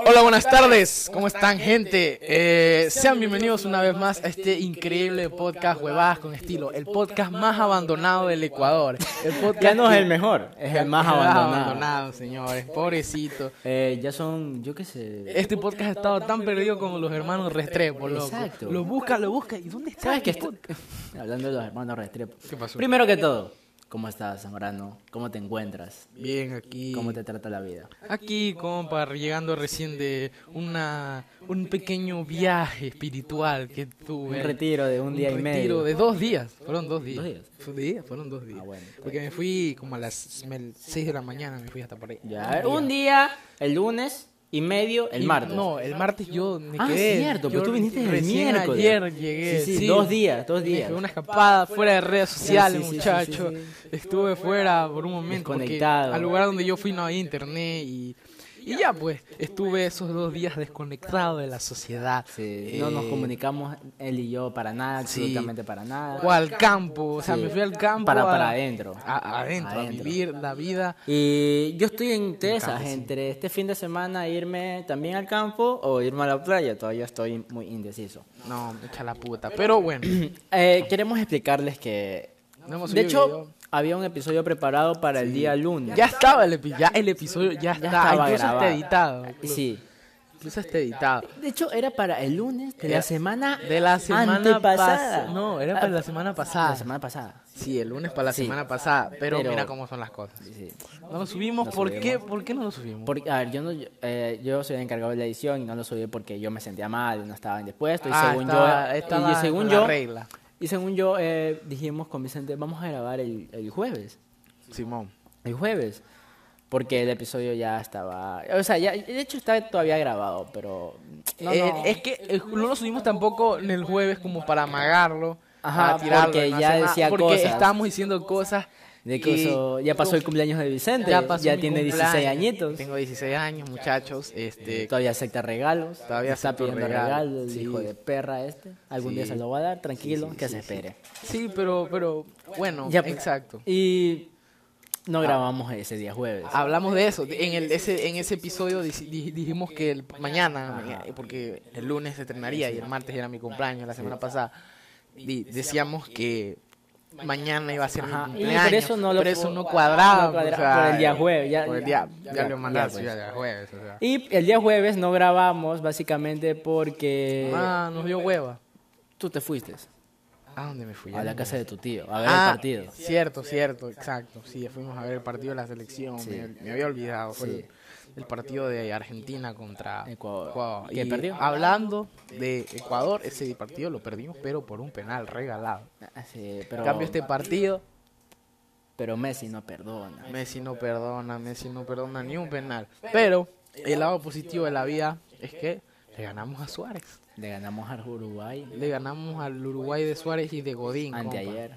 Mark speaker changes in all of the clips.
Speaker 1: Hola, buenas tardes. ¿Cómo están, gente? Eh, sean bienvenidos una vez más a este increíble podcast Huevadas con Estilo, el podcast más abandonado del Ecuador. El podcast
Speaker 2: Ya no es el mejor, es el más abandonado.
Speaker 1: abandonado, señores. Pobrecito.
Speaker 2: Eh, ya son, yo qué sé.
Speaker 1: Este podcast ha estado tan perdido como los hermanos Restrepo, loco.
Speaker 2: Exacto.
Speaker 1: Lo busca, lo busca. ¿Y dónde está?
Speaker 2: ¿Sabes qué?
Speaker 1: este
Speaker 2: Estoy- Hablando de los hermanos Restrepo.
Speaker 1: ¿Qué pasó?
Speaker 2: Primero que todo, ¿cómo estás, Zamorano? ¿Cómo te encuentras?
Speaker 1: Bien, aquí.
Speaker 2: ¿Cómo te trata la vida?
Speaker 1: Aquí, compa, llegando recién de una, un pequeño viaje espiritual que tuve.
Speaker 2: Un retiro de un día y
Speaker 1: retiro
Speaker 2: medio.
Speaker 1: de dos días. Fueron dos días.
Speaker 2: ¿Dos días?
Speaker 1: Fue- días, fueron dos días.
Speaker 2: Ah, bueno, está
Speaker 1: Porque me fui como a las 6 de la mañana, me fui hasta por ahí.
Speaker 2: Ya, a ver, un día, el lunes y medio, el
Speaker 1: Y-
Speaker 2: martes.
Speaker 1: No, el martes yo me
Speaker 2: Ah,
Speaker 1: quedé.
Speaker 2: cierto,
Speaker 1: yo
Speaker 2: pero tú viniste el
Speaker 1: recién
Speaker 2: miércoles.
Speaker 1: ayer llegué.
Speaker 2: Sí, sí, dos días, dos
Speaker 1: Me
Speaker 2: días.
Speaker 1: fui una escapada fuera de redes sociales,
Speaker 2: sí, sí,
Speaker 1: muchacho.
Speaker 2: sí,
Speaker 1: Estuve fuera por un momento. porque
Speaker 2: Desconectado.
Speaker 1: Al lugar donde yo fui no había internet y... Y ya pues, estuve esos dos días desconectado de la sociedad.
Speaker 2: Sí, no nos
Speaker 1: Eh,
Speaker 2: comunicamos él y yo para nada,
Speaker 1: sí.
Speaker 2: absolutamente para nada.
Speaker 1: O al campo, o sea, me fui al campo.
Speaker 2: Para,
Speaker 1: a-
Speaker 2: para adentro.
Speaker 1: a- adentro, a
Speaker 2: Adentro.
Speaker 1: vivir la vida.
Speaker 2: Y yo estoy entre esas, entre este fin de semana irme también al campo o irme a la playa, todavía estoy muy indeciso.
Speaker 1: No, me echa la puta. Pero bueno,
Speaker 2: Eh, queremos explicarles que...
Speaker 1: No hemos
Speaker 2: de
Speaker 1: subido
Speaker 2: hecho,
Speaker 1: video.
Speaker 2: había un episodio preparado para el día lunes.
Speaker 1: ya estaba el episodio, ya el episodio ya
Speaker 2: Ya
Speaker 1: está,
Speaker 2: estaba
Speaker 1: incluso
Speaker 2: grabado.
Speaker 1: está editado.
Speaker 2: Sí.
Speaker 1: Incluso está editado.
Speaker 2: De hecho, era para el lunes de
Speaker 1: Era-
Speaker 2: la semana
Speaker 1: De la semana
Speaker 2: antepasada.
Speaker 1: pasada. No, era para la semana pasada.
Speaker 2: Ah, La semana pasada.
Speaker 1: Sí, el lunes para la
Speaker 2: Sí.
Speaker 1: semana pasada, pero,
Speaker 2: Pero-
Speaker 1: mira cómo son las cosas.
Speaker 2: Sí.
Speaker 1: No lo subimos,
Speaker 2: Lo
Speaker 1: ¿por
Speaker 2: subimos.
Speaker 1: qué? ¿Por qué no lo subimos?
Speaker 2: Porque, a ver, yo, no, yo, eh, yo soy el encargado de la edición y no lo subí porque yo me sentía mal, no estaba indispuesto. Y
Speaker 1: Ah,
Speaker 2: según
Speaker 1: estaba-
Speaker 2: yo,
Speaker 1: estaba
Speaker 2: y según
Speaker 1: con la
Speaker 2: yo,
Speaker 1: regla.
Speaker 2: y según yo eh, dijimos con Vicente, vamos a grabar el, el jueves.
Speaker 1: Simón.
Speaker 2: El jueves. Porque el episodio ya estaba. O sea, ya, de hecho está todavía grabado, pero. no,
Speaker 1: Eh,
Speaker 2: no.
Speaker 1: Es que eh, no lo subimos tampoco en el jueves como para amagarlo,
Speaker 2: Ajá,
Speaker 1: para tirarlo,
Speaker 2: porque
Speaker 1: y no
Speaker 2: ya
Speaker 1: hacer nada,
Speaker 2: decía
Speaker 1: porque
Speaker 2: cosas.
Speaker 1: estábamos diciendo cosas
Speaker 2: de que
Speaker 1: que-
Speaker 2: eso- ya pasó el cumpleaños de Vicente. Ya,
Speaker 1: pasó mi
Speaker 2: tiene
Speaker 1: cumpleaños.
Speaker 2: 16 añitos.
Speaker 1: Tengo 16 años, muchachos. Este,
Speaker 2: Todavía acepta regalos.
Speaker 1: Todavía
Speaker 2: está
Speaker 1: acepto
Speaker 2: pidiendo
Speaker 1: regalos,
Speaker 2: regalos. el
Speaker 1: sí.
Speaker 2: hijo de perra este. Algún día
Speaker 1: Sí.
Speaker 2: se lo va a dar, tranquilo, que se espere.
Speaker 1: sí, pero, pero bueno,
Speaker 2: Ya, pues.
Speaker 1: exacto.
Speaker 2: Y
Speaker 1: Ah.
Speaker 2: no grabamos ese día jueves.
Speaker 1: Pues, Hablamos de eso. En, el, ese, en ese episodio dici- di- dijimos que el, mañana, mañana, porque el lunes se estrenaría y el martes era mi cumpleaños la semana pasada, di- decíamos que mañana iba a ser
Speaker 2: Ajá,
Speaker 1: mi
Speaker 2: y
Speaker 1: cumpleaños.
Speaker 2: por eso no lo
Speaker 1: pero
Speaker 2: pu-
Speaker 1: eso no
Speaker 2: no
Speaker 1: cuadraba.
Speaker 2: cuadra-
Speaker 1: o sea,
Speaker 2: por el día jueves, ya-
Speaker 1: por el día, ya,
Speaker 2: ya-
Speaker 1: lo
Speaker 2: ya,
Speaker 1: mandaste,
Speaker 2: pues.
Speaker 1: ya, ya jueves. O sea.
Speaker 2: Y el día jueves no grabamos básicamente porque
Speaker 1: Ah, nos dio hueva.
Speaker 2: tú te fuiste
Speaker 1: ¿A dónde me fui?
Speaker 2: a la casa de tu tío a ver
Speaker 1: Ah,
Speaker 2: el partido.
Speaker 1: Cierto, cierto, exacto. Sí, fuimos a ver el partido de la selección. Me, me había olvidado. Fue el, el partido de Argentina contra
Speaker 2: Ecuador.
Speaker 1: Y
Speaker 2: ¿Que perdió?
Speaker 1: Hablando de Ecuador, ese partido lo perdimos, pero por un penal regalado.
Speaker 2: Ah, sí,
Speaker 1: En
Speaker 2: pero,
Speaker 1: cambio, este partido,
Speaker 2: pero Messi no perdona.
Speaker 1: Messi no perdona, Messi no perdona ni un penal. Pero el lado positivo de la vida es que le ganamos a Suárez.
Speaker 2: Le ganamos a Uruguay
Speaker 1: Le ganamos al Uruguay de Suárez y de Godín. compa.
Speaker 2: anteayer.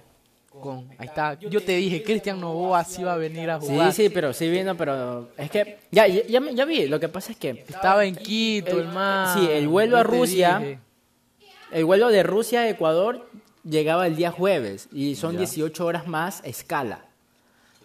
Speaker 1: Con, ahí está. Yo te dije, Cristian Novoa sí va a venir a
Speaker 2: Sí,
Speaker 1: jugar.
Speaker 2: sí, pero sí vino, pero es que ya, ya, ya me- ya vi, lo que pasa es que
Speaker 1: Estaba en Quito, el man.
Speaker 2: sí, el vuelo a
Speaker 1: Yo te
Speaker 2: Rusia. eh,
Speaker 1: dije.
Speaker 2: el vuelo de Rusia a Ecuador llegaba el día jueves y son 18 horas más escala.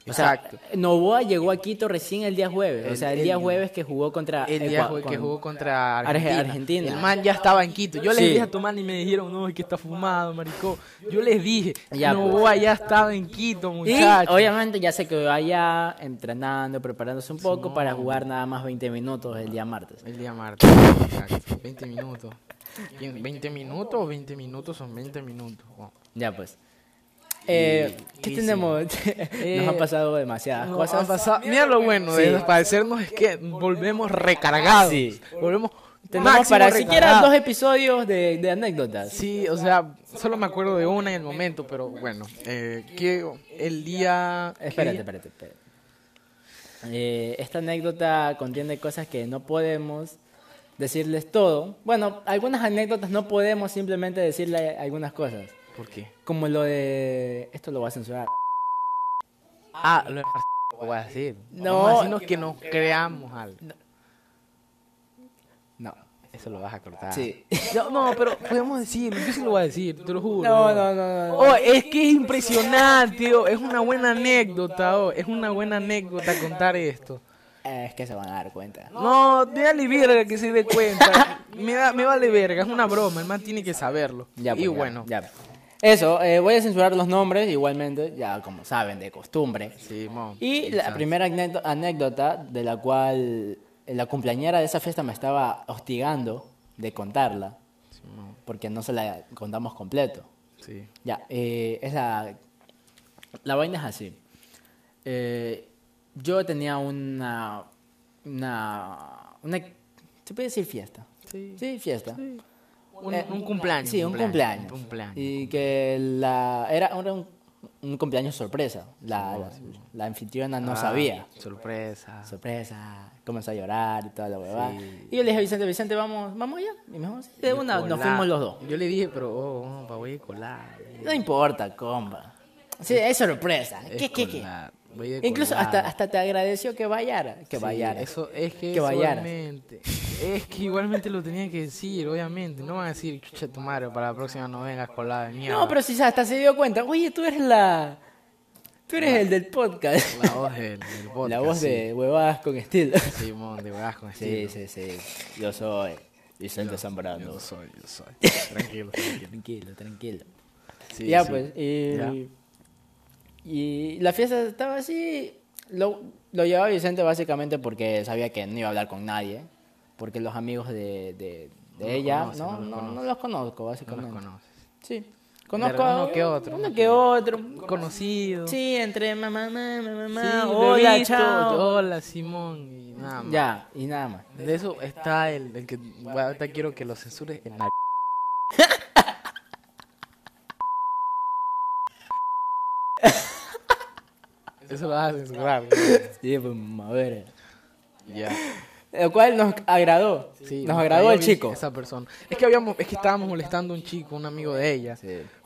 Speaker 2: O sea,
Speaker 1: Exacto.
Speaker 2: Novoa llegó a Quito recién el día jueves, o sea, el,
Speaker 1: el-
Speaker 2: día jueves que jugó contra
Speaker 1: El día
Speaker 2: Ecua-
Speaker 1: jue- que
Speaker 2: eh, con-
Speaker 1: jugó contra
Speaker 2: Arge-
Speaker 1: Argentina.
Speaker 2: Argentina.
Speaker 1: El man ya estaba en Quito. Yo les
Speaker 2: Sí.
Speaker 1: dije a tu man y me dijeron, no, es que está fumado, maricó. Yo les dije,
Speaker 2: Ya, pues.
Speaker 1: Novoa ya estaba en Quito,
Speaker 2: Y
Speaker 1: muchachos.
Speaker 2: obviamente ya se quedó allá entrenando, preparándose un poco para jugar nada más 20 minutos el día martes.
Speaker 1: El día martes. Exacto. 20 minutos. ¿Quién- ¿20 minutos o 20 minutos son 20 minutos? Wow.
Speaker 2: Ya pues. Eh, ¿Qué
Speaker 1: y sí.
Speaker 2: tenemos? Nos han pasado demasiadas
Speaker 1: No,
Speaker 2: cosas.
Speaker 1: Eh, han pasado- Mira lo bueno de
Speaker 2: Sí.
Speaker 1: desaparecernos es que volvemos recargados.
Speaker 2: Sí.
Speaker 1: Volvemos
Speaker 2: Tenemos
Speaker 1: máximo
Speaker 2: para siquiera
Speaker 1: recargados.
Speaker 2: dos episodios de, de anécdotas.
Speaker 1: Sí, o sea, solo me acuerdo de una en el momento, pero bueno, eh, que el día... ¿qué
Speaker 2: Espérate,
Speaker 1: día?
Speaker 2: espérate, espérate. Eh, esta anécdota contiene cosas que no podemos decirles todo. Bueno, algunas anécdotas no podemos simplemente decirle algunas cosas.
Speaker 1: ¿Por qué?
Speaker 2: Como lo de... Esto lo voy a censurar.
Speaker 1: Ah, lo de voy a decir.
Speaker 2: No.
Speaker 1: Vamos a decirnos que nos creamos algo.
Speaker 2: No.
Speaker 1: Eso lo vas a cortar.
Speaker 2: Sí.
Speaker 1: No, no, pero podemos decirlo, yo sí lo voy a decir, te lo juro.
Speaker 2: No, no, no, no.
Speaker 1: Oh, es que es impresionante, oh, es una buena anécdota, oh, es una buena anécdota contar esto.
Speaker 2: eh, es que se van a dar cuenta.
Speaker 1: No, déjale verga que se dé cuenta. me, da, me vale verga, es una broma, el man tiene que saberlo.
Speaker 2: Ya, pues,
Speaker 1: y
Speaker 2: ya,
Speaker 1: bueno,
Speaker 2: ya. Eso, eh, voy a censurar los nombres, igualmente, ya como saben, de costumbre.
Speaker 1: Simón.
Speaker 2: Y la primera anécdo- anécdota de la cual la cumpleañera de esa fiesta me estaba hostigando de contarla,
Speaker 1: Simón,
Speaker 2: porque no se la contamos completo.
Speaker 1: sí.
Speaker 2: Ya, eh, es la, la vaina es así. Eh, yo tenía una, una, una, ¿se puede decir fiesta?
Speaker 1: Sí.
Speaker 2: Sí, fiesta.
Speaker 1: Un,
Speaker 2: Eh,
Speaker 1: un cumpleaños.
Speaker 2: Sí, un cumpleaños.
Speaker 1: Un cumpleaños.
Speaker 2: Y que la, era, era un, un cumpleaños sorpresa. La, la, la anfitriona no
Speaker 1: Ah,
Speaker 2: sabía.
Speaker 1: Sorpresa.
Speaker 2: Sorpresa, comenzó a llorar y toda la huevada.
Speaker 1: Sí.
Speaker 2: Y yo le dije a Vicente, Vicente, vamos, vamos ya. Y me dijo, sí, de
Speaker 1: De
Speaker 2: una, nos
Speaker 1: colar.
Speaker 2: fuimos los dos.
Speaker 1: Yo le dije, pero, oh, oh, pa, voy a colar.
Speaker 2: No importa, compa. Sí, es sorpresa. ¿Qué,
Speaker 1: Es
Speaker 2: qué, qué?
Speaker 1: colar, voy a
Speaker 2: Incluso
Speaker 1: colar.
Speaker 2: hasta, hasta te agradeció que vayara. Que
Speaker 1: Sí,
Speaker 2: vayara.
Speaker 1: Eso es que,
Speaker 2: Que
Speaker 1: eso
Speaker 2: vayara.
Speaker 1: igualmente. Es que igualmente lo tenía que decir, obviamente. No van a decir, chucha tu madre, para la próxima no vengas colada de mierda.
Speaker 2: No, pero si hasta se dio cuenta, oye, tú eres la... Tú eres el del podcast.
Speaker 1: La voz del, del podcast.
Speaker 2: La voz
Speaker 1: sí.
Speaker 2: de huevadas con estilo.
Speaker 1: Simón, de verdad, con
Speaker 2: Sí,
Speaker 1: estilo.
Speaker 2: sí, sí. Yo soy Vicente Zambrano.
Speaker 1: Yo soy, yo soy. Tranquilo, tranquilo.
Speaker 2: Tranquilo, tranquilo.
Speaker 1: Sí,
Speaker 2: ya
Speaker 1: sí.
Speaker 2: pues, y,
Speaker 1: Ya.
Speaker 2: y la fiesta estaba así. Lo, lo llevaba Vicente básicamente porque sabía que no iba a hablar con nadie. Porque los amigos de, de, de
Speaker 1: No los
Speaker 2: ella
Speaker 1: conoce,
Speaker 2: no,
Speaker 1: no los
Speaker 2: no,
Speaker 1: conoce.
Speaker 2: no los conozco,
Speaker 1: No
Speaker 2: básicamente.
Speaker 1: los conoces.
Speaker 2: Sí. Conozco
Speaker 1: Pero
Speaker 2: a
Speaker 1: uno que otro,
Speaker 2: Uno
Speaker 1: uno
Speaker 2: que
Speaker 1: que-
Speaker 2: otro.
Speaker 1: Conocido.
Speaker 2: Sí, entre mamá, mamá, mamá.
Speaker 1: Sí, lo he
Speaker 2: hola,
Speaker 1: visto.
Speaker 2: chao.
Speaker 1: Hola, Simón. Y nada más.
Speaker 2: Ya, y nada más.
Speaker 1: De eso está el, el que. bueno, ahorita quiero que lo censures en la. Eso lo vas a censurar. ¿no?
Speaker 2: Sí, pues, a ver.
Speaker 1: Ya.
Speaker 2: Lo cual nos agradó.
Speaker 1: Sí,
Speaker 2: nos agradó
Speaker 1: cayó
Speaker 2: el
Speaker 1: bien
Speaker 2: chico.
Speaker 1: Esa persona. Es que habíamos, es que estábamos molestando a un chico, un amigo de ella.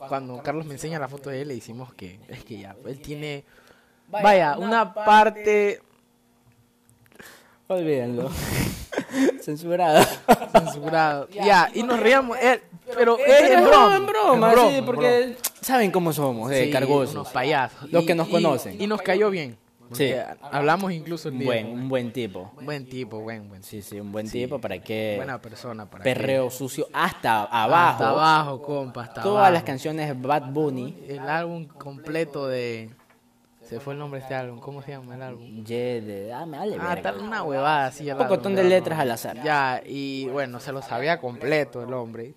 Speaker 1: Cuando Carlos me enseña la foto de él, le hicimos que es que ya, él tiene, vaya, una parte
Speaker 2: Olvídenlo. Censurado.
Speaker 1: censurada. Ya, y nos reíamos. Él, pero es
Speaker 2: Pero
Speaker 1: en broma,
Speaker 2: Eh, en broma,
Speaker 1: en broma,
Speaker 2: sí,
Speaker 1: en
Speaker 2: porque
Speaker 1: broma.
Speaker 2: saben cómo somos, de
Speaker 1: Sí,
Speaker 2: cargosos.
Speaker 1: unos payasos.
Speaker 2: Los
Speaker 1: Y-
Speaker 2: que nos
Speaker 1: y-
Speaker 2: conocen.
Speaker 1: Y, nos cayó bien.
Speaker 2: Sí.
Speaker 1: Sí. Hablamos incluso el
Speaker 2: Un
Speaker 1: día.
Speaker 2: buen, un buen tipo.
Speaker 1: Buen tipo, buen, buen.
Speaker 2: Sí, sí, un buen tipo para que
Speaker 1: Buena persona para que-
Speaker 2: perreo sucio hasta abajo.
Speaker 1: Hasta abajo, compa, hasta
Speaker 2: Todas
Speaker 1: abajo.
Speaker 2: las canciones Bad Bunny.
Speaker 1: El álbum completo de. Se fue el nombre de este álbum. ¿Cómo se llama el álbum?
Speaker 2: Ye de, ah, me vale
Speaker 1: Ah,
Speaker 2: verga.
Speaker 1: tal una huevada así. el
Speaker 2: Un pocotón
Speaker 1: álbum,
Speaker 2: de
Speaker 1: pero
Speaker 2: letras al azar.
Speaker 1: Ya, y bueno, se lo sabía completo el hombre.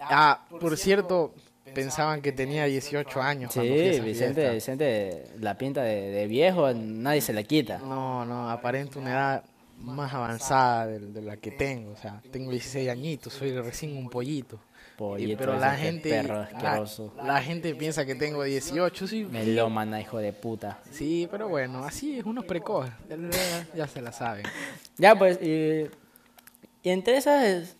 Speaker 1: Ah, por cierto, pensaban que tenía 18 años. cuando fui a
Speaker 2: Sí,
Speaker 1: esa
Speaker 2: Vicente,
Speaker 1: fiesta.
Speaker 2: Vicente, la pinta de, de viejo, nadie se la quita.
Speaker 1: No, no, aparento una edad más avanzada de, de la que tengo. O sea, tengo 16 añitos, soy recién un pollito. Y-
Speaker 2: Pollito,
Speaker 1: pero la
Speaker 2: ese
Speaker 1: gente,
Speaker 2: perro
Speaker 1: la,
Speaker 2: asqueroso.
Speaker 1: la gente piensa que tengo 18. Sí,
Speaker 2: Melómana, hijo de puta.
Speaker 1: sí pero bueno, así es, unos precoz. Ya, ya se la saben.
Speaker 2: Ya, pues, y, y entre esas,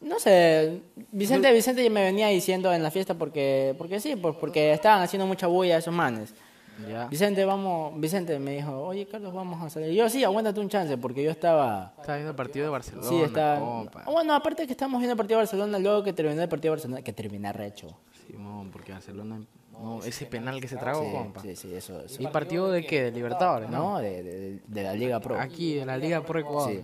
Speaker 2: no sé, Vicente, Vicente me venía diciendo en la fiesta porque, porque sí, pues porque estaban haciendo mucha bulla esos manes.
Speaker 1: Ya.
Speaker 2: Vicente, vamos, Vicente me dijo, oye, Carlos, vamos a salir. Y yo, sí, aguántate un chance, porque yo estaba,
Speaker 1: Estaba viendo el partido de Barcelona.
Speaker 2: sí, estaba, Ah,
Speaker 1: compa.
Speaker 2: bueno, aparte que estamos viendo el partido de Barcelona, luego que terminó el partido de Barcelona, que termina recho.
Speaker 1: Simón, porque Barcelona. No, ese penal que se tragó, compa.
Speaker 2: Sí, sí, eso, sí.
Speaker 1: ¿Y partido de qué? De Libertadores, ¿no?
Speaker 2: No, de, de- de la Liga Pro.
Speaker 1: Aquí, de la Liga Pro Ecuador.
Speaker 2: Sí.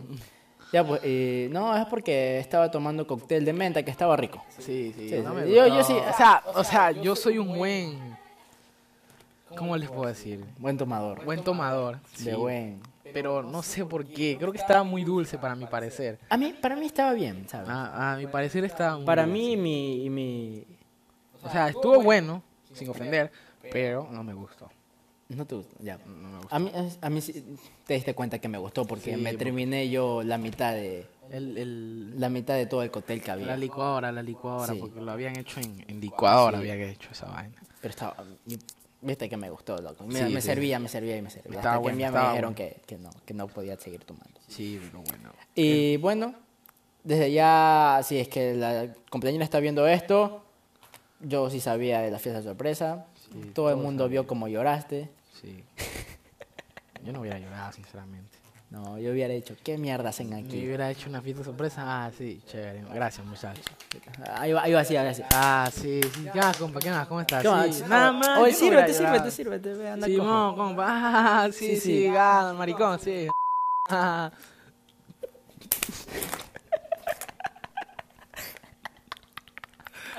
Speaker 2: Ya, pues, y no, es porque estaba tomando cóctel de menta que estaba rico.
Speaker 1: Sí, sí.
Speaker 2: Sí,
Speaker 1: no
Speaker 2: sí.
Speaker 1: me
Speaker 2: Yo- yo
Speaker 1: gustó.
Speaker 2: sí,
Speaker 1: O sea, o sea, yo soy un buen. ¿Cómo les puedo decir?
Speaker 2: Buen tomador.
Speaker 1: Buen tomador.
Speaker 2: De
Speaker 1: sí,
Speaker 2: buen.
Speaker 1: Pero no sé por qué. Creo que estaba muy dulce para mi parecer.
Speaker 2: A mí, para mí estaba bien, ¿sabes?
Speaker 1: A, a mi parecer estaba muy
Speaker 2: Ah, para
Speaker 1: dulce.
Speaker 2: mí, mi, y mi...
Speaker 1: O sea, estuvo bueno, sin ofender, pero no me gustó.
Speaker 2: No te gustó, ya.
Speaker 1: No me gustó.
Speaker 2: A mí, a mí sí te diste cuenta que me gustó porque
Speaker 1: Sí,
Speaker 2: me
Speaker 1: porque-
Speaker 2: terminé yo la mitad de
Speaker 1: El, el,
Speaker 2: la mitad de todo el cóctel que
Speaker 1: La
Speaker 2: había.
Speaker 1: licuadora, la licuadora,
Speaker 2: Sí.
Speaker 1: porque lo habían hecho en, en licuadora, habían hecho esa vaina.
Speaker 2: Pero estaba... Viste que me gustó, loco. Me,
Speaker 1: Sí,
Speaker 2: me
Speaker 1: sí.
Speaker 2: servía, me servía y me servía.
Speaker 1: Estaba
Speaker 2: Hasta que
Speaker 1: bueno,
Speaker 2: un día me
Speaker 1: estaba
Speaker 2: dijeron que, que no, que no podía seguir tomando.
Speaker 1: Sí, pero bueno.
Speaker 2: Y bueno, desde ya, si es que la compañera está viendo esto, yo sí sabía de la fiesta sorpresa. todo el mundo vio cómo lloraste.
Speaker 1: Sí. Yo no hubiera llorado, sinceramente.
Speaker 2: No, yo hubiera dicho, ¿qué mierda hacen
Speaker 1: Yo
Speaker 2: aquí?
Speaker 1: hubiera hecho una fiesta sorpresa. Ah, sí, chévere. Gracias, muchachos.
Speaker 2: Ahí va, ahí va, así, ahí va así.
Speaker 1: Ah, sí, sí. ¿Qué más, compa? ¿Qué más? ¿Cómo estás?
Speaker 2: ¿Qué
Speaker 1: Sí,
Speaker 2: más?
Speaker 1: nada más.
Speaker 2: Oye,
Speaker 1: yo no hubiera
Speaker 2: sírvete,
Speaker 1: llorado.
Speaker 2: sírvete, sírvete, ve, anda cojo.
Speaker 1: Simón, compa. Ah, sí,
Speaker 2: Sí,
Speaker 1: sí,
Speaker 2: sí.
Speaker 1: gana, maricón, sí. Ah,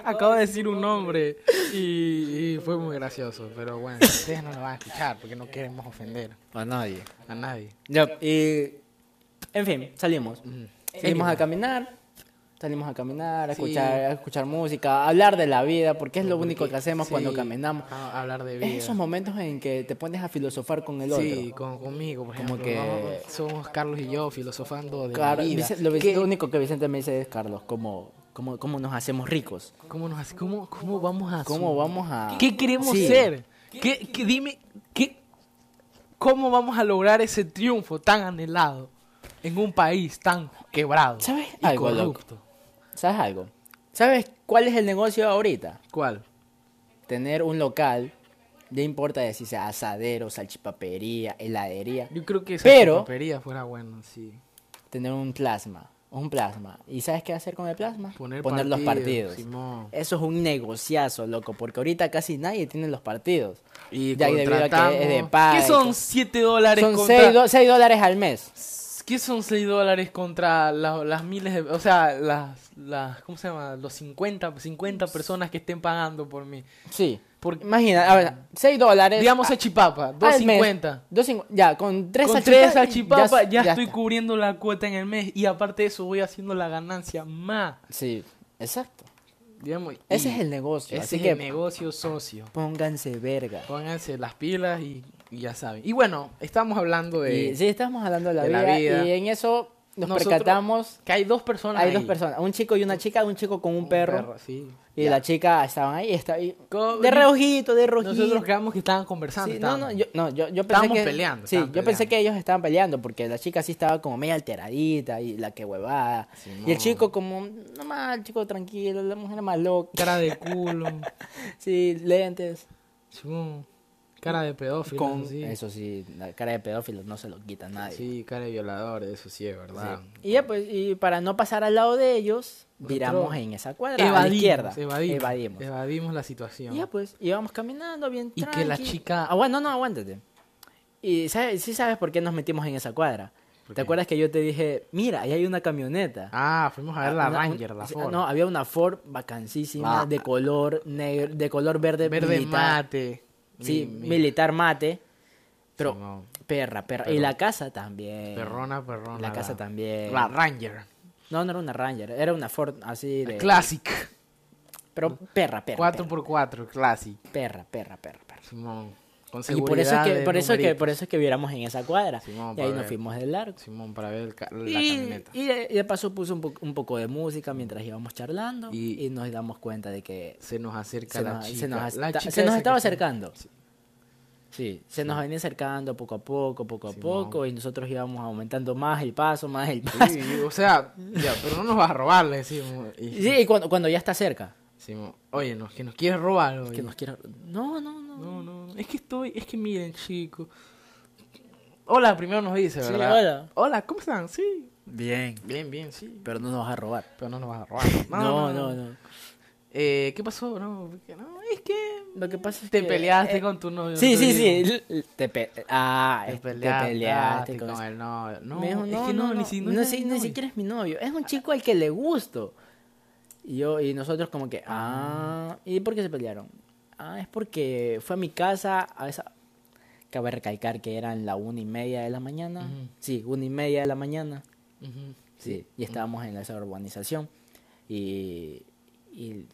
Speaker 1: Acabo de decir un nombre y, y fue muy gracioso, pero bueno, ustedes no lo van a escuchar porque no queremos ofender
Speaker 3: A nadie.
Speaker 1: a nadie.
Speaker 2: Ya, y, en fin, salimos. Salimos a
Speaker 1: Seguimos.
Speaker 2: caminar, salimos a caminar, a,
Speaker 1: Sí.
Speaker 2: escuchar, a escuchar música, a hablar de la vida, porque es lo único que hacemos
Speaker 1: Sí,
Speaker 2: cuando caminamos.
Speaker 1: A hablar de vida.
Speaker 2: Es esos momentos en que te pones a filosofar con el
Speaker 1: Sí,
Speaker 2: otro.
Speaker 1: con- conmigo, por
Speaker 2: Como
Speaker 1: ejemplo.
Speaker 2: que-
Speaker 1: vamos- somos Carlos y yo filosofando de
Speaker 2: Claro,
Speaker 1: la vida.
Speaker 2: Vicen- lo, Vicen-
Speaker 1: ¿Qué-
Speaker 2: lo único que Vicente me dice es, Carlos, ¿cómo, cómo, cómo nos hacemos ricos?
Speaker 1: ¿Cómo, nos hace- cómo, cómo vamos a
Speaker 2: ¿Cómo vamos a...?
Speaker 1: ¿Qué queremos
Speaker 2: Sí.
Speaker 1: ser? ¿Qué, qué- dime, ¿qué, ¿cómo vamos a lograr ese triunfo tan anhelado en un país tan quebrado
Speaker 2: ¿Sabes
Speaker 1: y
Speaker 2: algo, loco?
Speaker 1: corrupto?
Speaker 2: ¿Sabes algo? ¿Sabes cuál es el negocio ahorita?
Speaker 1: ¿Cuál?
Speaker 2: Tener un local, no importa si sea asadero, salchipapería, heladería,
Speaker 1: Yo creo que esa
Speaker 2: Pero-
Speaker 1: papería fuera bueno, sí.
Speaker 2: tener un plasma, un plasma. ¿Y sabes qué hacer con el plasma?
Speaker 1: Poner partidos,
Speaker 2: los partidos.
Speaker 1: Simón.
Speaker 2: Eso es un negociazo, loco, porque ahorita casi nadie tiene los partidos.
Speaker 1: Y
Speaker 2: Ya, y debido a que
Speaker 1: contratamos-
Speaker 2: es de paga
Speaker 1: ¿Qué
Speaker 2: y
Speaker 1: son
Speaker 2: cos-
Speaker 1: 7 dólares
Speaker 2: Son
Speaker 1: contra...
Speaker 2: 6 dólares al mes.
Speaker 1: ¿Qué son 6 dólares contra la- las miles de... O sea, las, las... ¿Cómo se llama? Los 50, 50 personas que estén pagando por mí.
Speaker 2: Sí.
Speaker 1: Por-
Speaker 2: Imagina, ahora, 6 dólares.
Speaker 1: Digamos a Chipapa,
Speaker 2: al mes.
Speaker 1: 250.
Speaker 2: 2.50, Ya, con 3
Speaker 1: Con tres
Speaker 2: salchipapas
Speaker 1: salchipapas ya, estoy
Speaker 2: está.
Speaker 1: cubriendo la cuota en el mes y aparte de eso voy haciendo la ganancia más.
Speaker 2: Sí, exacto.
Speaker 1: Digamos, y
Speaker 2: Ese es el negocio.
Speaker 1: ese
Speaker 2: así
Speaker 1: es
Speaker 2: que
Speaker 1: el negocio socio.
Speaker 2: pónganse verga.
Speaker 1: Pónganse las pilas y, y ya saben. Y bueno, estamos hablando de
Speaker 2: Y sí, estamos hablando de la,
Speaker 1: Pues, de la
Speaker 2: vida,
Speaker 1: vida.
Speaker 2: y en eso nos
Speaker 1: Nosotros-
Speaker 2: percatamos.
Speaker 1: que hay dos personas.
Speaker 2: Hay
Speaker 1: ahí.
Speaker 2: dos personas, un chico y una chica, un chico con un,
Speaker 1: Un
Speaker 2: perro,
Speaker 1: sí.
Speaker 2: y
Speaker 1: Ya.
Speaker 2: la chica estaban ahí, estaba ahí
Speaker 1: Co-
Speaker 2: de reojito, de rojito.
Speaker 1: Nosotros creamos que estaban conversando.
Speaker 2: Sí, no, no,
Speaker 1: estaban-
Speaker 2: yo, no, yo, yo pensé
Speaker 1: Estábamos
Speaker 2: que-
Speaker 1: peleando,
Speaker 2: Sí,
Speaker 1: estaban
Speaker 2: yo pensé
Speaker 1: peleando.
Speaker 2: que ellos estaban peleando porque la chica sí estaba como media alteradita y la que huevada. y
Speaker 1: Simón.
Speaker 2: el chico como, no más, chico tranquilo, la mujer más loca.
Speaker 1: Cara de culo.
Speaker 2: Sí, lentes.
Speaker 1: chum, cara de pedófilo.
Speaker 2: con...
Speaker 1: eso sí.
Speaker 2: Eso sí, la cara de pedófilo no se lo quita a nadie.
Speaker 1: Sí, cara de violador, eso sí es verdad.
Speaker 2: Sí. Y ya pues, y para no pasar al lado de ellos,
Speaker 1: Nosotros
Speaker 2: viramos en esa cuadra a la
Speaker 1: Evadimos,
Speaker 2: izquierda.
Speaker 1: evadimos,
Speaker 2: Evadimos.
Speaker 1: evadimos la
Speaker 2: Y ya
Speaker 1: situación.
Speaker 2: pues, íbamos caminando bien
Speaker 1: Y que la
Speaker 2: tranqui.
Speaker 1: chica-
Speaker 2: Ah, bueno, no, aguántate. Y sabes, sí sabes por qué nos metimos en esa cuadra.
Speaker 1: ¿Por
Speaker 2: ¿Te
Speaker 1: qué?
Speaker 2: acuerdas que yo te dije, mira, ahí hay una camioneta?
Speaker 1: Ah, fuimos a ver la
Speaker 2: Una- un-
Speaker 1: Ranger, la
Speaker 2: sí, ah,
Speaker 1: Ford.
Speaker 2: No, había una Ford vacancísima
Speaker 1: Ah.
Speaker 2: de color negro, de color verde,
Speaker 1: Verde
Speaker 2: militar.
Speaker 1: mate.
Speaker 2: Sí,
Speaker 1: Mi- mi-
Speaker 2: militar mate. Pero,
Speaker 1: Simón.
Speaker 2: perra, perra. Y
Speaker 1: Perro.
Speaker 2: la casa también.
Speaker 1: Perrona, perrona.
Speaker 2: La casa también.
Speaker 1: La Ranger.
Speaker 2: No, no era una Ranger, era una Ford así de.
Speaker 1: Classic.
Speaker 2: Pero perra, perra.
Speaker 1: 4x4, Classic.
Speaker 2: Perra, perra, perra, perra.
Speaker 1: Simón. Con
Speaker 2: Y por eso, es
Speaker 1: seguridad
Speaker 2: que,
Speaker 1: de
Speaker 2: por, eso es que,
Speaker 1: numerito.
Speaker 2: por eso es que viéramos en esa cuadra.
Speaker 1: Simón,
Speaker 2: y ahí
Speaker 1: para
Speaker 2: nos
Speaker 1: ver.
Speaker 2: fuimos de largo.
Speaker 1: Simón, para ver el ca- la
Speaker 2: Y,
Speaker 1: camioneta.
Speaker 2: y de y de paso puso un, po- un poco de música mientras íbamos charlando y,
Speaker 1: Y-
Speaker 2: nos damos cuenta de que
Speaker 1: Se nos acerca
Speaker 2: se
Speaker 1: la
Speaker 2: nos, se
Speaker 1: chica.
Speaker 2: nos
Speaker 1: La
Speaker 2: esta-
Speaker 1: chica
Speaker 2: se nos
Speaker 1: esa que
Speaker 2: estaba
Speaker 1: está-
Speaker 2: acercando. Sí, se nos venía acercando poco a poco, poco a poco y nosotros íbamos aumentando más el paso, más el paso.
Speaker 1: Sí, o sea, ya, pero no nos vas a robar, le decimos. Y-
Speaker 2: Sí, y cuando, cuando ya está cerca,
Speaker 1: decimos, oye, nos, que nos quieres robar. oye".
Speaker 2: que nos quiera... No, no, no.
Speaker 1: No, no, no, es que estoy, es que miren, chicos. Hola, primero nos dice,
Speaker 2: Sí,
Speaker 1: ¿verdad?
Speaker 2: hola.
Speaker 1: Hola, ¿cómo están? Sí.
Speaker 3: Bien.
Speaker 1: Bien, bien, sí.
Speaker 2: Pero no nos vas a robar.
Speaker 1: Pero no nos vas a robar.
Speaker 2: No, no, no.
Speaker 1: Eh, ¿Qué pasó? No, ¿por qué no? es que...
Speaker 2: Lo que pasa es
Speaker 1: Te
Speaker 2: que-
Speaker 1: peleaste
Speaker 2: eh,
Speaker 1: con tu novio.
Speaker 2: Sí,
Speaker 1: el otro
Speaker 2: sí,
Speaker 1: día.
Speaker 2: sí. l- l- Te, pe- ah,
Speaker 1: Te
Speaker 2: es-
Speaker 1: peleaste,
Speaker 2: te peleaste con,
Speaker 1: el novio. No,
Speaker 2: Me dijo,
Speaker 1: es que no, ni, si, no,
Speaker 2: no
Speaker 1: es
Speaker 2: sé-
Speaker 1: mi
Speaker 2: ni
Speaker 1: novio".
Speaker 2: siquiera es mi novio. Es un chico al que le gusto. Y, yo, y nosotros como que, ah, ¿y por qué se pelearon? Ah, es porque fue a mi casa a esa... Cabe recalcar que eran la una y media de la mañana.
Speaker 1: Ujú.
Speaker 2: Sí, una y media de la mañana.
Speaker 1: Ujú.
Speaker 2: Sí, y estábamos en esa urbanización. Y, y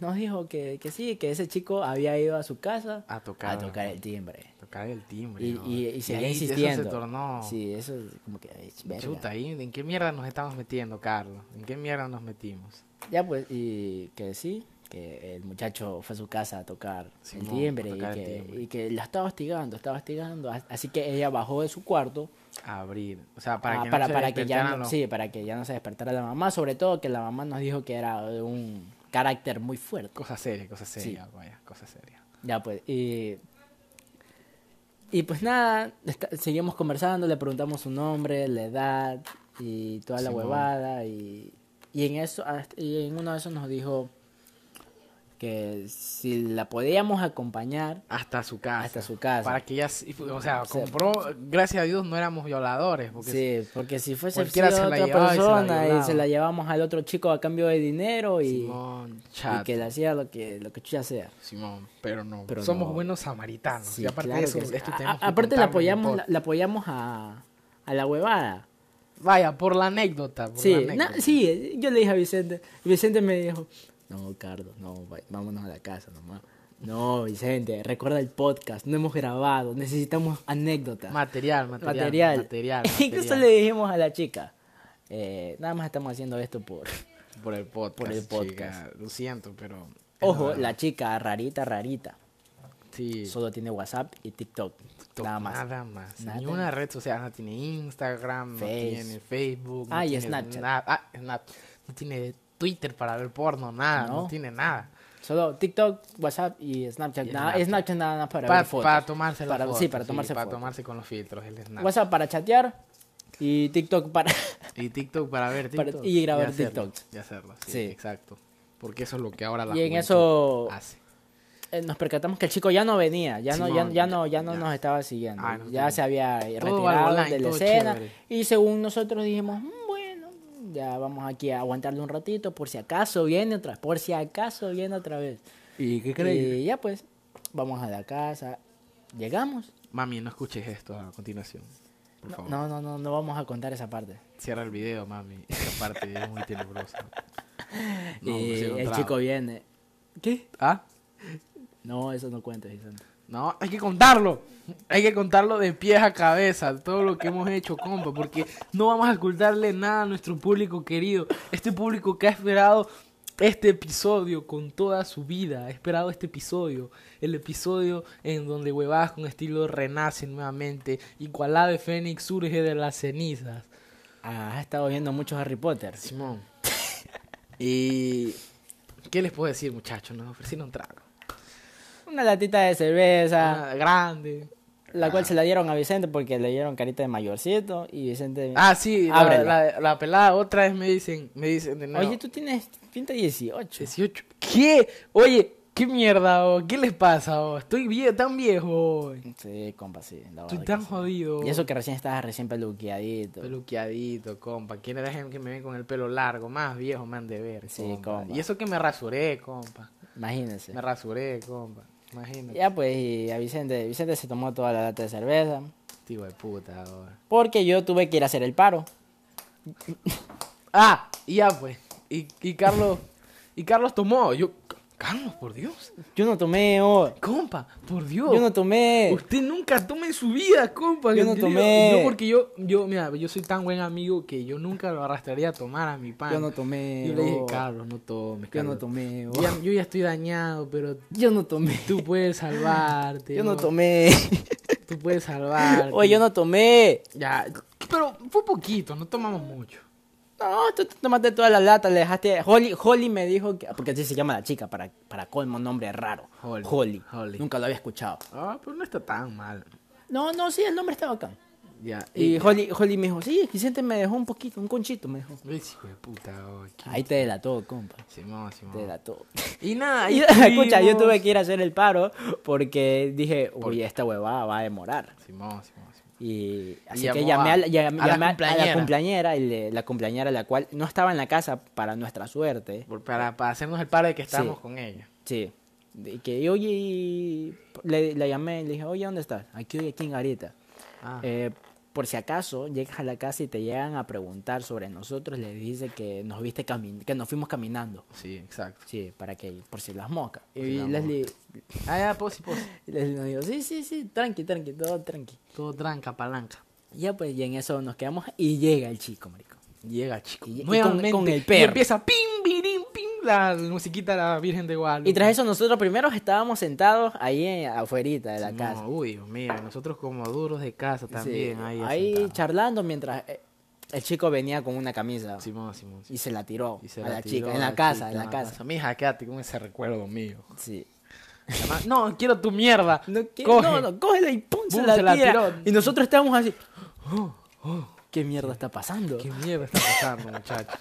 Speaker 2: nos dijo que, que sí, que ese chico había ido a su casa
Speaker 1: A tocar.
Speaker 2: a tocar el timbre.
Speaker 1: Tocar el timbre.
Speaker 2: Y,
Speaker 1: ¿no?
Speaker 2: y, y seguía
Speaker 1: ahí
Speaker 2: insistiendo.
Speaker 1: Eso se tornó.
Speaker 2: Sí, eso es como que. ay, verga.
Speaker 1: Chuta, ¿y ¿en qué mierda nos estamos metiendo, Carlos? ¿En qué mierda nos metimos?
Speaker 2: Ya pues, y que sí, que el muchacho fue a su casa a tocar el
Speaker 1: Simón,
Speaker 2: timbre,
Speaker 1: a
Speaker 2: y,
Speaker 1: tocar el
Speaker 2: que,
Speaker 1: timbre.
Speaker 2: y que la estaba hostigando, estaba hostigando. as- Así que ella bajó de su cuarto
Speaker 1: A abrir. O sea,
Speaker 2: ah,
Speaker 1: para que
Speaker 2: para,
Speaker 1: no se
Speaker 2: para que ya
Speaker 1: despertaran
Speaker 2: no,
Speaker 1: los-
Speaker 2: sí, para que ya no se despertara la mamá, sobre todo que la mamá nos dijo que era de un carácter muy fuerte.
Speaker 1: Cosa seria, cosa
Speaker 2: Sí.
Speaker 1: seria, vaya, cosa seria.
Speaker 2: Ya pues, y, y pues nada, está- seguimos conversando, le preguntamos su nombre, la edad y toda la
Speaker 1: Simón.
Speaker 2: huevada. Y, y en eso, hasta- y en uno de esos nos dijo, que si la podíamos acompañar,
Speaker 1: Hasta su casa.
Speaker 2: Hasta su casa.
Speaker 1: Para que ya, o sea, compró, gracias a Dios no éramos violadores. Porque
Speaker 2: sí, porque si fuese
Speaker 1: cualquiera
Speaker 2: sido
Speaker 1: se la
Speaker 2: otra
Speaker 1: llevaba y se la
Speaker 2: persona y se,
Speaker 1: violaba.
Speaker 2: la llevamos al otro chico a cambio de dinero y,
Speaker 1: Simón,
Speaker 2: y
Speaker 1: chat.
Speaker 2: que le hacía lo que, lo que chucha sea.
Speaker 1: Simón, pero no.
Speaker 2: Pero
Speaker 1: Somos
Speaker 2: no.
Speaker 1: buenos samaritanos.
Speaker 2: Sí,
Speaker 1: y aparte
Speaker 2: claro
Speaker 1: de eso,
Speaker 2: que sí.
Speaker 1: esto
Speaker 2: A- a-
Speaker 1: tenemos que
Speaker 2: aparte la
Speaker 1: contarlo en el
Speaker 2: apoyamos, la,
Speaker 1: podcast.
Speaker 2: la apoyamos a, a la huevada.
Speaker 1: Vaya, por la anécdota. Por
Speaker 2: Sí,
Speaker 1: la
Speaker 2: na-
Speaker 1: anécdota.
Speaker 2: sí, yo le dije a Vicente, y Vicente me dijo, no, Carlos, no, va- vámonos a la casa nomás. No, Vicente, recuerda el podcast, no hemos grabado, necesitamos anécdotas,
Speaker 1: Material, material.
Speaker 2: material.
Speaker 1: Material.
Speaker 2: Incluso
Speaker 1: material.
Speaker 2: le dijimos a la chica, eh, nada más estamos haciendo esto por...
Speaker 1: Por el podcast.
Speaker 2: Por el podcast.
Speaker 1: chica, Lo siento, pero. es
Speaker 2: Ojo,
Speaker 1: verdad.
Speaker 2: la chica rarita, rarita,
Speaker 1: Sí.
Speaker 2: solo tiene WhatsApp y TikTok,
Speaker 1: TikTok,
Speaker 2: nada más.
Speaker 1: Nada más.
Speaker 2: Nada
Speaker 1: Ni
Speaker 2: más.
Speaker 1: una red social. No tiene Instagram,
Speaker 2: Face.
Speaker 1: no tiene Facebook. no
Speaker 2: Ah, y
Speaker 1: tiene
Speaker 2: Snapchat.
Speaker 1: nada- ah, Snap- No tiene Twitter para ver porno, nada. No,
Speaker 2: No.
Speaker 1: tiene nada.
Speaker 2: Solo TikTok, WhatsApp y Snapchat,
Speaker 1: Y
Speaker 2: nada,
Speaker 1: Snapchat.
Speaker 2: Snapchat nada más para,
Speaker 1: Para,
Speaker 2: ver fotos.
Speaker 1: para tomarse la
Speaker 2: Para-
Speaker 1: foto,
Speaker 2: Sí, para tomarse
Speaker 1: para
Speaker 2: fotos.
Speaker 1: tomarse con los filtros, el Snap.
Speaker 2: WhatsApp para chatear y TikTok para...
Speaker 1: Y TikTok para ver
Speaker 2: Para-
Speaker 1: TikTok.
Speaker 2: y grabar
Speaker 1: hacerlo,
Speaker 2: TikToks.
Speaker 1: Y hacerlo, sí,
Speaker 2: Sí.
Speaker 1: exacto. Porque eso es lo que ahora la
Speaker 2: Y en
Speaker 1: juventud
Speaker 2: eso-
Speaker 1: hace.
Speaker 2: Eh, nos percatamos que el chico ya no venía, ya no, ya,
Speaker 1: Simón,
Speaker 2: ya no,
Speaker 1: ya-
Speaker 2: ya no
Speaker 1: ya.
Speaker 2: nos estaba siguiendo,
Speaker 1: Ah, no
Speaker 2: ya
Speaker 1: tiene-
Speaker 2: se había
Speaker 1: Todo
Speaker 2: retirado
Speaker 1: online,
Speaker 2: de la
Speaker 1: todo
Speaker 2: escena
Speaker 1: chévere.
Speaker 2: y según nosotros dijimos, "Mm, bueno, ya vamos aquí a aguantarle un ratito por si acaso viene otra, por si acaso viene otra vez.
Speaker 1: ¿Y qué
Speaker 2: Y ya pues, vamos a la casa, llegamos,
Speaker 1: Mami, no escuches esto a continuación. Por favor.
Speaker 2: no, no, no, no vamos a contar esa parte.
Speaker 1: Cierra el video, mami. Esta parte es muy tenebrosa. No, pues,
Speaker 2: y
Speaker 1: pusieron
Speaker 2: Eh, el
Speaker 1: traba.
Speaker 2: chico viene, ¿qué?
Speaker 1: ¿Ah?
Speaker 2: No, eso no cuenta, Vicente.
Speaker 1: No, hay que contarlo. Hay que contarlo de pies a cabeza, todo lo que hemos hecho, compa, porque no vamos a ocultarle nada a nuestro público querido. Este público que ha esperado este episodio con toda su vida, ha esperado este episodio, el episodio en donde huevadas con estilo renacen nuevamente y cual ave fénix surge de las cenizas.
Speaker 2: Ah, has estado viendo mucho Harry Potter.
Speaker 1: Simón. y... ¿Qué les puedo decir, muchachos? Nos ofrecieron un trago.
Speaker 2: Una latita de cerveza.
Speaker 1: Ah, grande.
Speaker 2: La
Speaker 1: Ah.
Speaker 2: cual se la dieron a Vicente porque le dieron carita de mayorcito y Vicente...
Speaker 1: Ah, sí, la,
Speaker 2: Ábrela.
Speaker 1: la, la pelada otra vez me dicen, me dicen de nuevo.
Speaker 2: Oye, tú tienes pinta de 18.
Speaker 1: 18. ¿Qué? Oye, ¿qué mierda? oh? ¿Qué les pasa? oh? Estoy vie- tan viejo. oh.
Speaker 2: Sí, compa, sí. la verdad
Speaker 1: Estoy
Speaker 2: que
Speaker 1: tan
Speaker 2: sí.
Speaker 1: jodido.
Speaker 2: Y eso que recién estabas recién peluqueadito.
Speaker 1: Peluqueadito, compa. ¿Quién era gente que me ven con el pelo largo? Más viejo me han de ver.
Speaker 2: Sí, compa.
Speaker 1: Y eso que me rasuré, compa.
Speaker 2: Imagínense.
Speaker 1: Me rasuré, compa. Imagínate.
Speaker 2: Ya pues, y a Vicente, Vicente se tomó toda la lata de cerveza.
Speaker 1: Tío de puta. oh.
Speaker 2: Porque yo tuve que ir a hacer el paro.
Speaker 1: Ah, y ya pues. Y, y Carlos. Y Carlos tomó. Yo. Carlos, por Dios.
Speaker 2: Yo no tomé, oh.
Speaker 1: Compa, por Dios.
Speaker 2: Yo no tomé.
Speaker 1: Usted nunca toma en su vida, compa.
Speaker 2: Yo no
Speaker 1: digo,
Speaker 2: tomé.
Speaker 1: yo porque yo, yo, mira, yo soy tan buen amigo que yo nunca lo arrastraría a tomar a mi pan.
Speaker 2: Yo no tomé.
Speaker 1: Yo le dije,
Speaker 2: oh.
Speaker 1: Carlos, no tomes,
Speaker 2: Yo no
Speaker 1: Carlos.
Speaker 2: tomé, oh.
Speaker 1: Yo ya, yo ya estoy dañado, pero
Speaker 2: Yo no tomé.
Speaker 1: tú puedes salvarte.
Speaker 2: Yo no tomé.
Speaker 1: Tú puedes salvarte.
Speaker 2: Oye, yo no tomé.
Speaker 1: Ya, pero fue poquito, no tomamos mucho.
Speaker 2: No, tú te tomaste toda la lata, le dejaste. Holly, Holly me dijo que. Porque así se llama la chica, para, para colmo, nombre raro.
Speaker 1: Holly,
Speaker 2: Holly.
Speaker 1: Holly.
Speaker 2: Nunca lo había escuchado.
Speaker 1: Ah, pero no está tan mal.
Speaker 2: No, no, sí, el nombre estaba acá.
Speaker 1: Ya,
Speaker 2: Y Holly, Holly me dijo, sí, Vicente me dejó un poquito, un conchito me dejó.
Speaker 1: Ay, hijo de puta, oh, qué-
Speaker 2: Ahí te delató, compa.
Speaker 1: Simón, Simón.
Speaker 2: Te delató.
Speaker 1: Y nada, ahí
Speaker 2: Y, escucha, yo
Speaker 1: estuvimos.
Speaker 2: tuve que ir a hacer el paro porque dije, uy, esta huevada va a demorar.
Speaker 1: Simón, Simón, Simón.
Speaker 2: Y así
Speaker 1: llamó
Speaker 2: que llamé, a, la-
Speaker 1: a-
Speaker 2: llam-
Speaker 1: a la
Speaker 2: llamé a- a
Speaker 1: cumpleañera.
Speaker 2: la cumpleañera, y le- la cumpleañera la cual no estaba en la casa para nuestra suerte.
Speaker 1: Por- Para, para hacernos el par de que estábamos con ella.
Speaker 2: Sí. De que, oye, y le, la llamé y le dije, oye, ¿dónde estás? Aquí, aquí en Garita.
Speaker 1: Ah.
Speaker 2: Eh, por si acaso llegas a la casa y te llegan a preguntar sobre nosotros, le dices que nos viste cami- que nos fuimos caminando.
Speaker 1: Sí, exacto.
Speaker 2: Sí, para que, por si las moscas.
Speaker 1: Por si
Speaker 2: y
Speaker 1: las
Speaker 2: Leslie,
Speaker 1: Ah, ya, posi, posi.
Speaker 2: Leslie nos dijo, sí, sí, sí, tranqui, tranqui, todo tranqui.
Speaker 1: Todo tranca, palanca.
Speaker 2: Y Ya pues, y en eso nos quedamos y llega el chico, marico.
Speaker 1: Llega, chico.
Speaker 2: Y- y con-
Speaker 1: nuevamente.
Speaker 2: con el
Speaker 1: Y
Speaker 2: perro.
Speaker 1: empieza pim, birim, pim, la musiquita de la Virgen de Guadalupe.
Speaker 2: Y tras eso nosotros primeros estábamos sentados ahí en- afuerita de la
Speaker 1: No,
Speaker 2: casa.
Speaker 1: Uy, Dios mío, nosotros como duros de casa también.
Speaker 2: Sí,
Speaker 1: ahí
Speaker 2: ahí
Speaker 1: sentados.
Speaker 2: charlando mientras eh, el chico venía con una camisa
Speaker 1: Simón, Simón. Simón.
Speaker 2: y se la tiró
Speaker 1: Y se
Speaker 2: a la
Speaker 1: tiró
Speaker 2: chica,
Speaker 1: a
Speaker 2: en la casa,
Speaker 1: chica,
Speaker 2: en la casa.
Speaker 1: Mija, quédate con ese recuerdo mío.
Speaker 2: Sí.
Speaker 1: Además, no, quiero tu mierda.
Speaker 2: No, que-
Speaker 1: Coge.
Speaker 2: no, no, cógela y pum, se
Speaker 1: Pum,
Speaker 2: la,
Speaker 1: se la
Speaker 2: tira.
Speaker 1: tiró.
Speaker 2: Y nosotros estábamos así. ¿Qué mierda está pasando?
Speaker 1: ¿Qué mierda está pasando, muchachos?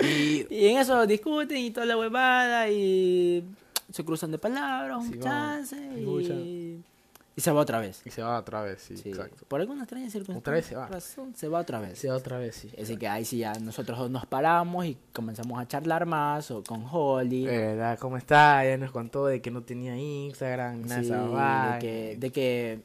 Speaker 1: Y
Speaker 2: Y en eso discuten y toda la huevada y se cruzan de palabras, un
Speaker 1: Sí, vamos.
Speaker 2: chance
Speaker 1: Mucha.
Speaker 2: y... y se va otra vez.
Speaker 1: Y se va otra vez, sí,
Speaker 2: Sí.
Speaker 1: exacto.
Speaker 2: Por alguna extraña circunstancia.
Speaker 1: Otra vez se va.
Speaker 2: razón, se va otra vez.
Speaker 1: va otra vez, sí.
Speaker 2: Así que ahí sí ya nosotros dos nos paramos y comenzamos a charlar más o con Holly.
Speaker 1: Eh, ¿Verdad? ¿Cómo está? Ya nos contó de que no tenía Instagram, ni nada de
Speaker 2: Sí,
Speaker 1: esa
Speaker 2: de,
Speaker 1: vaina.
Speaker 2: que, de que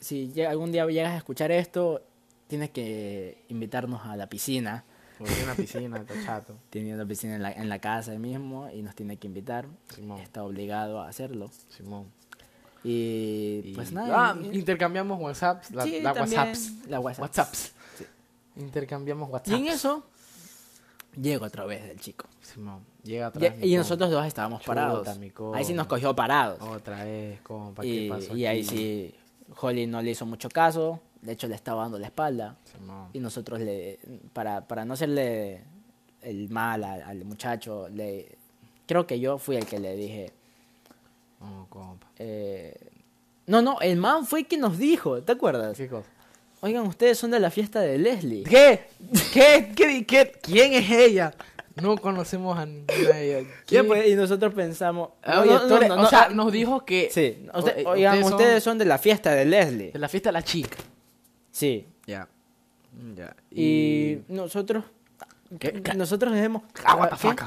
Speaker 2: si llega- algún día llegas a escuchar esto, tienes que invitarnos a la piscina.
Speaker 1: Porque hay una piscina, está chato.
Speaker 2: Tiene una piscina en la, en la casa ahí mismo y nos tiene que invitar.
Speaker 1: Simón.
Speaker 2: Está obligado a hacerlo.
Speaker 1: Simón.
Speaker 2: Y,
Speaker 1: Y-
Speaker 2: pues nada.
Speaker 1: Ah,
Speaker 2: y-
Speaker 1: intercambiamos WhatsApps. La,
Speaker 2: sí,
Speaker 1: la
Speaker 2: también,
Speaker 1: WhatsApps.
Speaker 2: La WhatsApp.
Speaker 1: WhatsApps. Intercambiamos
Speaker 2: Y
Speaker 1: WhatsApps.
Speaker 2: en eso, llego otra vez del chico.
Speaker 1: Simón. Llega otra
Speaker 2: Y,
Speaker 1: vez.
Speaker 2: y
Speaker 1: mi compa.
Speaker 2: nosotros dos estábamos
Speaker 1: Chuta, Oh,
Speaker 2: parados.
Speaker 1: mi compa.
Speaker 2: Ahí sí nos cogió parados.
Speaker 1: Otra vez, compa. ¿Qué
Speaker 2: y,
Speaker 1: pasó?
Speaker 2: y ahí
Speaker 1: aquí?
Speaker 2: sí, Holly no le hizo mucho caso. De hecho, le estaba dando la espalda.
Speaker 1: Simón.
Speaker 2: Y nosotros, le, para, para no hacerle el mal al, al muchacho, le, creo que yo fui el que le dije.
Speaker 1: Oh, compa.
Speaker 2: eh, no, no, el man fue el que nos dijo, ¿te acuerdas?
Speaker 1: ¿Qué cosa?
Speaker 2: Oigan, ustedes son de la fiesta de Leslie.
Speaker 1: ¿Qué? ¿Qué? ¿Qué? ¿Qué? ¿Quién es ella? No conocemos a ninguna de ellas.
Speaker 2: Y,
Speaker 1: ¿Quién?
Speaker 2: pues, y nosotros pensamos.
Speaker 1: Ah,
Speaker 2: no,
Speaker 1: oye,
Speaker 2: no,
Speaker 1: tú eres-
Speaker 2: no,
Speaker 1: o
Speaker 2: no,
Speaker 1: sea,
Speaker 2: ah,
Speaker 1: nos dijo que.
Speaker 2: sí,
Speaker 1: o-
Speaker 2: usted-
Speaker 1: eh,
Speaker 2: oigan, ustedes,
Speaker 1: son
Speaker 2: son... de la fiesta de Leslie.
Speaker 1: De Eh, la fiesta de la chica.
Speaker 2: Sí.
Speaker 1: Ya. Ya.
Speaker 2: Y nosotros.
Speaker 1: ¿Qué? ¿Qué?
Speaker 2: Nosotros dijimos.
Speaker 1: Ah, what the
Speaker 2: ¿qué?
Speaker 1: fuck?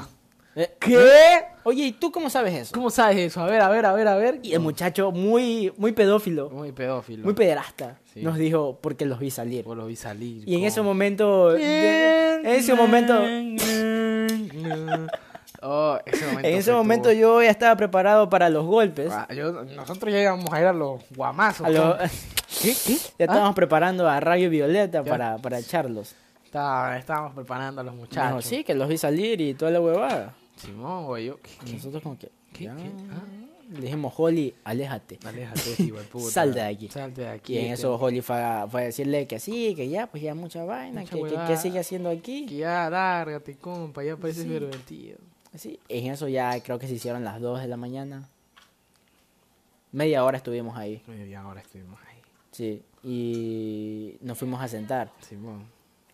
Speaker 2: Eh,
Speaker 1: ¿Qué?
Speaker 2: Oye, ¿y tú cómo sabes eso?
Speaker 1: ¿Cómo sabes eso? A ver, a ver, a ver, a ver.
Speaker 2: Y el muchacho muy, muy pedófilo,
Speaker 1: Muy pedófilo.
Speaker 2: muy pederasta,
Speaker 1: Sí.
Speaker 2: nos dijo porque los vi salir.
Speaker 1: Vos lo vi salir.
Speaker 2: Y en
Speaker 1: con-
Speaker 2: ese momento. de- en ese momento.
Speaker 1: Oh, ese momento.
Speaker 2: En ese
Speaker 1: fue
Speaker 2: momento
Speaker 1: todo.
Speaker 2: yo ya estaba preparado para los golpes.
Speaker 1: Ah, yo- Nosotros ya íbamos a ir a los guamazos.
Speaker 2: a lo-
Speaker 1: compa. ¿Qué? ¿Qué?
Speaker 2: ya
Speaker 1: Ah,
Speaker 2: estábamos preparando a Rayo Violeta
Speaker 1: Ya.
Speaker 2: para, para echarlos.
Speaker 1: está- estábamos preparando a los muchachos.
Speaker 2: Dijo, sí, que los vi salir y toda la huevada.
Speaker 1: Simón, güey, yo. ¿Qué?
Speaker 2: Y nosotros como que...
Speaker 1: ¿Qué?
Speaker 2: ya.
Speaker 1: ¿Qué? Ah.
Speaker 2: Le dijimos, Holly, aléjate.
Speaker 1: Aléjate, hijo de puta.
Speaker 2: Salte de aquí.
Speaker 1: Salte de aquí.
Speaker 2: Y en
Speaker 1: este,
Speaker 2: eso Holly fue a, fue a decirle que sí, que ya, pues ya mucha vaina,
Speaker 1: Mucha
Speaker 2: que, que- que
Speaker 1: huevada.
Speaker 2: sigue haciendo aquí.
Speaker 1: Que ya, lárgate, compa. Ya pareces pervertido.
Speaker 2: Pues Sí, en eso ya creo que se hicieron las 2 de la mañana. Media hora estuvimos ahí,
Speaker 1: Y ahora estuvimos ahí.
Speaker 2: sí. Y nos fuimos a sentar.
Speaker 1: Simón.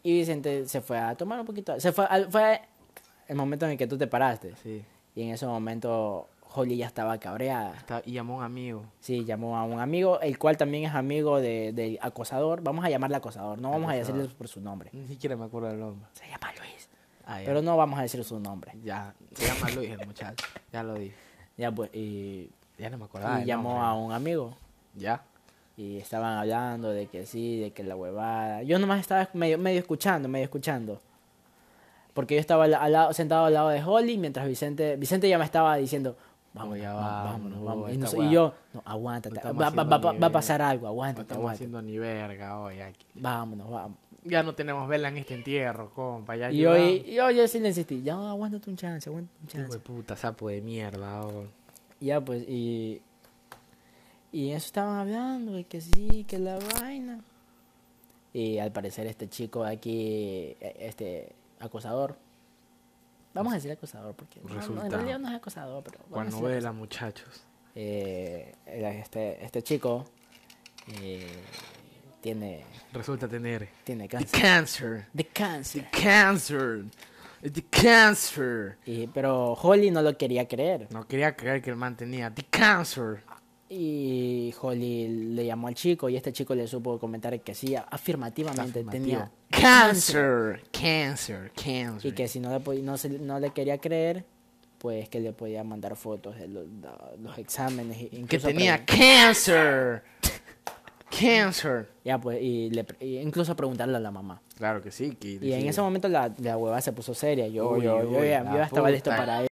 Speaker 2: Y Vicente se fue a tomar un poquito. Se fue, al- fue el momento en el que tú te paraste.
Speaker 1: Sí.
Speaker 2: Y en ese momento Holly ya estaba cabreada.
Speaker 1: Está- y llamó a un amigo.
Speaker 2: Sí, llamó a un amigo, el cual también es amigo de- del acosador. Vamos a llamarle acosador, no vamos a
Speaker 1: Acosador.
Speaker 2: decirle por su nombre.
Speaker 1: Ni siquiera me acuerdo del nombre.
Speaker 2: Se llama Luis.
Speaker 1: Ah, ya.
Speaker 2: Pero no vamos a decir su nombre.
Speaker 1: Ya, se llama Luis el muchacho. Ya lo dije.
Speaker 2: Ya pues, y,
Speaker 1: Ya no me acordaba.
Speaker 2: y
Speaker 1: del
Speaker 2: llamó
Speaker 1: Ah, nombre.
Speaker 2: a un amigo.
Speaker 1: Ya.
Speaker 2: Y estaban hablando de que sí, de que la huevada. Yo nomás estaba medio, medio escuchando, medio escuchando. Porque yo estaba al- al lado- sentado al lado de Holly mientras Vicente, Vicente ya me estaba diciendo, vamos,
Speaker 1: Oye,
Speaker 2: ya
Speaker 1: vámonos,
Speaker 2: vámonos,
Speaker 1: uy,
Speaker 2: vámonos. Y,
Speaker 1: esta
Speaker 2: nos- y
Speaker 1: hueá.
Speaker 2: yo, no, aguántate,
Speaker 1: No
Speaker 2: va,
Speaker 1: estamos
Speaker 2: va-
Speaker 1: haciendo
Speaker 2: va- va-
Speaker 1: ni
Speaker 2: va a
Speaker 1: verga.
Speaker 2: pasar algo,
Speaker 1: No
Speaker 2: aguántate,
Speaker 1: estamos
Speaker 2: aguántate.
Speaker 1: haciendo ni verga hoy aquí.
Speaker 2: Vámonos, vámonos.
Speaker 1: Ya no tenemos vela en este entierro, compa. Ya
Speaker 2: Y yo, y yo, yo sí le insistí, ya aguántate un chance, aguántate un
Speaker 1: Hijo
Speaker 2: chance.
Speaker 1: de puta, sapo de mierda. oh.
Speaker 2: Ya pues, y... Y eso estaban hablando, de que sí, que la vaina. Y al parecer este chico de aquí, eh, este acosador, vamos a decir acosador, porque no, no, en
Speaker 1: Resulta.
Speaker 2: realidad no es acosador, pero... vamos a
Speaker 1: Cuando
Speaker 2: decirle
Speaker 1: vela, muchachos.
Speaker 2: acosador. Eh, era este, este chico eh, tiene,
Speaker 1: Resulta tener.
Speaker 2: tiene
Speaker 1: The
Speaker 2: cáncer.
Speaker 1: cancer.
Speaker 2: De
Speaker 1: The
Speaker 2: cáncer.
Speaker 1: cancer. The cancer.
Speaker 2: Y- pero Holly no lo quería creer.
Speaker 1: No quería creer que el man tenía. The cancer.
Speaker 2: Y Holly le llamó al chico y este chico le supo comentar que sí, afirmativamente tenía
Speaker 1: Cancer. Cancer. Cancer.
Speaker 2: y que si no le, pod- no, se- no le quería creer, pues que le podía mandar fotos de lo- de los exámenes. e
Speaker 1: que
Speaker 2: incluso
Speaker 1: tenía
Speaker 2: pregun-
Speaker 1: cáncer. Cáncer.
Speaker 2: Ya, pues, y, le pre- y incluso preguntarle a la mamá.
Speaker 1: Claro que sí. Que
Speaker 2: Y en ese momento la, la hueva se puso seria. Yo,
Speaker 1: Uy,
Speaker 2: yo, yo,
Speaker 1: uy,
Speaker 2: ya-
Speaker 1: la
Speaker 2: yo ya estaba listo
Speaker 1: puta.
Speaker 2: para ir.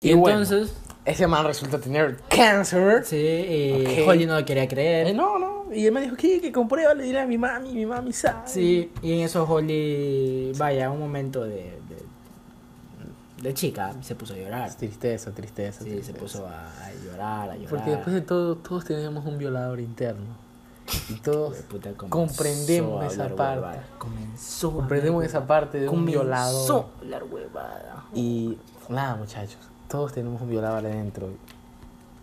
Speaker 2: Y
Speaker 1: Y bueno.
Speaker 2: entonces,
Speaker 1: Ese man resulta tener cáncer.
Speaker 2: sí, y
Speaker 1: Ok.
Speaker 2: Holly no lo quería creer.
Speaker 1: Eh, no, no. Y él me dijo que, que comprueba, le diré a mi mami, mi mami sabe.
Speaker 2: Sí, y en eso Holly, vaya, un momento de, de, de chica, se puso a llorar.
Speaker 1: Tristeza, tristeza.
Speaker 2: Sí, se puso a, a llorar, a llorar.
Speaker 1: Porque después de todo, todos tenemos un violador interno. Y todos
Speaker 2: Hijo de puta, comenzó
Speaker 1: comprendemos
Speaker 2: a
Speaker 1: esa
Speaker 2: hablar
Speaker 1: parte.
Speaker 2: huevada. Comenzó. a
Speaker 1: comprendemos
Speaker 2: hablar
Speaker 1: esa parte de un
Speaker 2: huevada.
Speaker 1: violador.
Speaker 2: Comenzó a hablar huevada.
Speaker 1: Y nada, muchachos. todos tenemos un violador adentro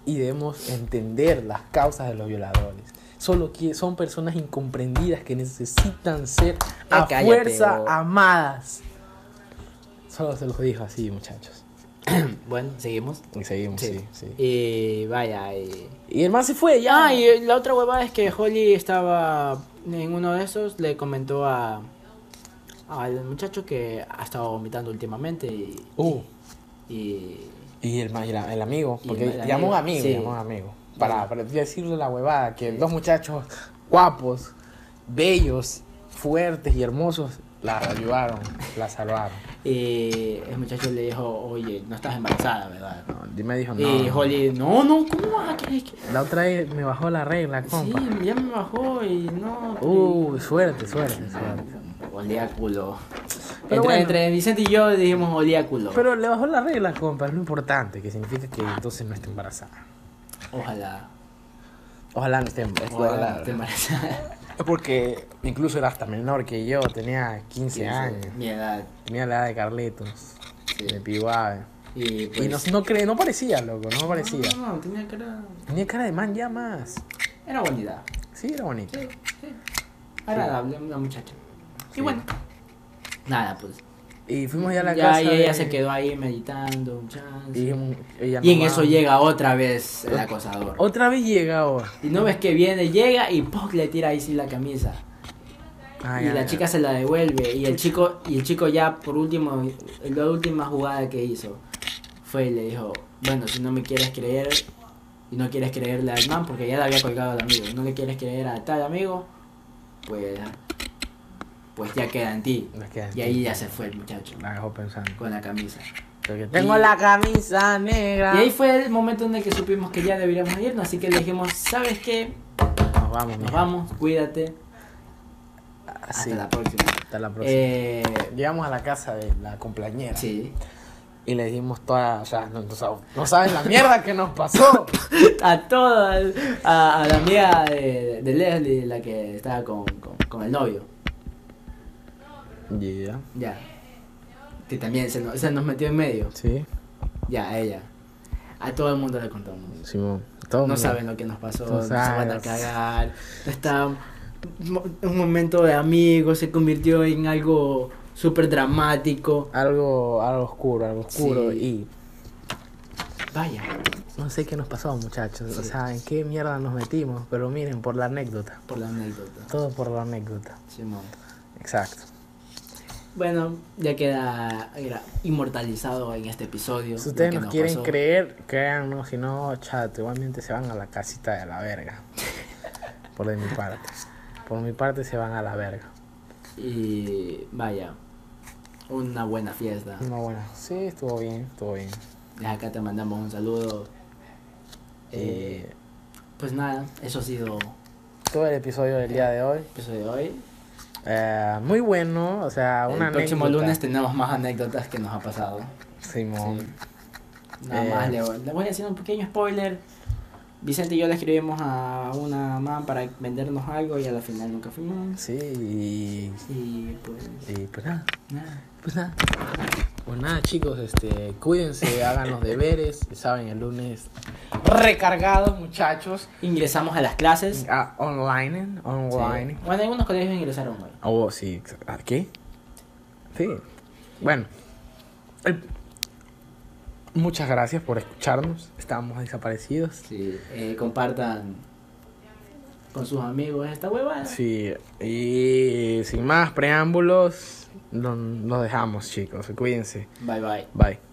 Speaker 1: y debemos entender las causas de los violadores. Solo que son personas incomprendidas que necesitan ser a
Speaker 2: Ah, cállate,
Speaker 1: fuerza
Speaker 2: bo.
Speaker 1: amadas. Solo se los dijo así, muchachos.
Speaker 2: Bueno, seguimos.
Speaker 1: Y seguimos, sí, sí.
Speaker 2: Y vaya. eh. Y...
Speaker 1: Y el man se fue ya.
Speaker 2: Ah, y la otra huevada es que Holly estaba en uno de esos, le comentó a al muchacho que ha estado vomitando últimamente y,
Speaker 1: Uh,
Speaker 2: y
Speaker 1: y el, man- y la- el amigo,
Speaker 2: Y
Speaker 1: porque
Speaker 2: el ma- el
Speaker 1: llamó a un
Speaker 2: amigo,
Speaker 1: amigo,
Speaker 2: sí.
Speaker 1: llamó a un amigo. Para, para decirle la huevada, que dos muchachos guapos, bellos, fuertes y hermosos, la ayudaron, la salvaron.
Speaker 2: y el muchacho le dijo, oye, no estás embarazada, ¿verdad?
Speaker 1: Y me dijo, no.
Speaker 2: Y Holly, no, no, ¿cómo vas a querer que-
Speaker 1: La otra vez me bajó la regla,
Speaker 2: Sí,
Speaker 1: compa.
Speaker 2: ya me bajó y no...
Speaker 1: Uh, suerte, suerte, suerte.
Speaker 2: Olía a culo.
Speaker 1: Pero
Speaker 2: Entre,
Speaker 1: bueno.
Speaker 2: entre Vicente y yo dijimos olía a culo.
Speaker 1: Pero le bajó la regla, compa, es lo importante, que significa que entonces no está embarazada.
Speaker 2: Ojalá.
Speaker 1: Ojalá no esté embarazada.
Speaker 2: Ojalá esté embarazada.
Speaker 1: Porque incluso era hasta menor que yo, tenía 15 años.
Speaker 2: Mi edad.
Speaker 1: Tenía la edad de Carlitos,
Speaker 2: Sí.
Speaker 1: de Pibabe.
Speaker 2: Y, pues,
Speaker 1: Y no, no, cre- no parecía, loco, no parecía.
Speaker 2: No, no, no, tenía cara.
Speaker 1: Tenía cara de man ya más.
Speaker 2: Era bonita.
Speaker 1: Sí, era bonito.
Speaker 2: Sí, sí. Agradable, una muchacha. Y bueno. Nada, pues.
Speaker 1: Y fuimos ya a la
Speaker 2: Ya
Speaker 1: casa.
Speaker 2: y ella
Speaker 1: de-
Speaker 2: se quedó ahí meditando un
Speaker 1: Y,
Speaker 2: chance. Y,
Speaker 1: dijimos, ella
Speaker 2: en
Speaker 1: no va.
Speaker 2: eso llega otra vez el acosador.
Speaker 1: Otra vez llega ahora.
Speaker 2: Y no ves que viene, llega y ¡poc! le tira ahí sí la camisa.
Speaker 1: Ah,
Speaker 2: y
Speaker 1: ya,
Speaker 2: la
Speaker 1: ya.
Speaker 2: chica se la devuelve. Y el chico, y el chico ya por último, la última jugada que hizo fue y le dijo, bueno, si no me quieres creer, y no quieres creerle al man, porque ya le había colgado al amigo, y no le quieres creer a tal amigo, pues pues ya queda en ti.
Speaker 1: Nos queda en
Speaker 2: y
Speaker 1: ti.
Speaker 2: ahí ya se fue el muchacho
Speaker 1: La dejó pensando.
Speaker 2: con la camisa.
Speaker 1: Porque
Speaker 2: Tengo la
Speaker 1: camisa negra.
Speaker 2: Y ahí fue el momento en el que supimos que ya deberíamos irnos, así que le dijimos, ¿sabes qué?
Speaker 1: Nos vamos,
Speaker 2: Nos vamos, cuídate, hasta
Speaker 1: Así.
Speaker 2: la próxima.
Speaker 1: Hasta la próxima.
Speaker 2: Eh,
Speaker 1: Llegamos a la casa de la compañera
Speaker 2: sí.
Speaker 1: y le dimos toda. O sea, no, no sab- no saben la mierda que nos pasó.
Speaker 2: a todas, a, a la amiga de, de Leslie, la que estaba con, con, con el novio,
Speaker 1: Yeah.
Speaker 2: ya. Que también se nos, se nos metió en medio,
Speaker 1: Sí,
Speaker 2: ya, a ella. A todo el mundo le contamos.
Speaker 1: Simón. Todo
Speaker 2: No
Speaker 1: bien.
Speaker 2: saben lo que nos pasó,
Speaker 1: Tú
Speaker 2: no se van a
Speaker 1: sabes.
Speaker 2: cagar. Está mo- un momento de amigos, se convirtió en algo súper dramático.
Speaker 1: Algo, algo oscuro, algo oscuro.
Speaker 2: Sí. Vaya,
Speaker 1: Y no sé qué nos pasó, muchachos. O
Speaker 2: Sí.
Speaker 1: sea, en qué mierda nos metimos. Pero miren, por la anécdota.
Speaker 2: por la anécdota.
Speaker 1: Todo por la anécdota.
Speaker 2: Simón.
Speaker 1: Exacto.
Speaker 2: Bueno, ya queda era inmortalizado en este episodio.
Speaker 1: Si
Speaker 2: lo
Speaker 1: ustedes
Speaker 2: que
Speaker 1: nos
Speaker 2: nos
Speaker 1: quieren
Speaker 2: pasó.
Speaker 1: creer, créannos. Si no, chato, igualmente se van a la casita de la verga. Por de mi parte. Por mi parte se van a la verga.
Speaker 2: Y vaya, una buena fiesta.
Speaker 1: No, bueno. Sí, estuvo bien, estuvo bien.
Speaker 2: Desde acá te mandamos un saludo. Eh,
Speaker 1: Eh,
Speaker 2: pues nada, eso ha sido el
Speaker 1: todo el episodio del día de hoy.
Speaker 2: episodio de hoy.
Speaker 1: Eh, muy bueno, o sea, una
Speaker 2: el próximo
Speaker 1: anécdota.
Speaker 2: lunes tenemos más anécdotas que nos ha pasado.
Speaker 1: Simón.
Speaker 2: Nada
Speaker 1: Eh.
Speaker 2: más, le, voy- le voy a hacer un pequeño spoiler. Vicente y yo le escribimos a una man para vendernos algo y a la final nunca fuimos.
Speaker 1: Sí, y,
Speaker 2: Y pues
Speaker 1: y pues nada.
Speaker 2: nada.
Speaker 1: Pues nada. Pues nada, chicos, este, cuídense, hagan los deberes. Saben, el lunes recargados, muchachos.
Speaker 2: Ingresamos a las clases.
Speaker 1: Ah, online, online.
Speaker 2: Sí. Bueno, algunos colegios ingresaron hoy.
Speaker 1: Oh, sí, exa- aquí. Sí. Bueno. el- Muchas gracias por escucharnos. Estábamos desaparecidos.
Speaker 2: Sí, eh, compartan con sus amigos esta huevada.
Speaker 1: Sí, y sin más preámbulos, lo- los dejamos, chicos. Cuídense.
Speaker 2: Bye bye.
Speaker 1: Bye.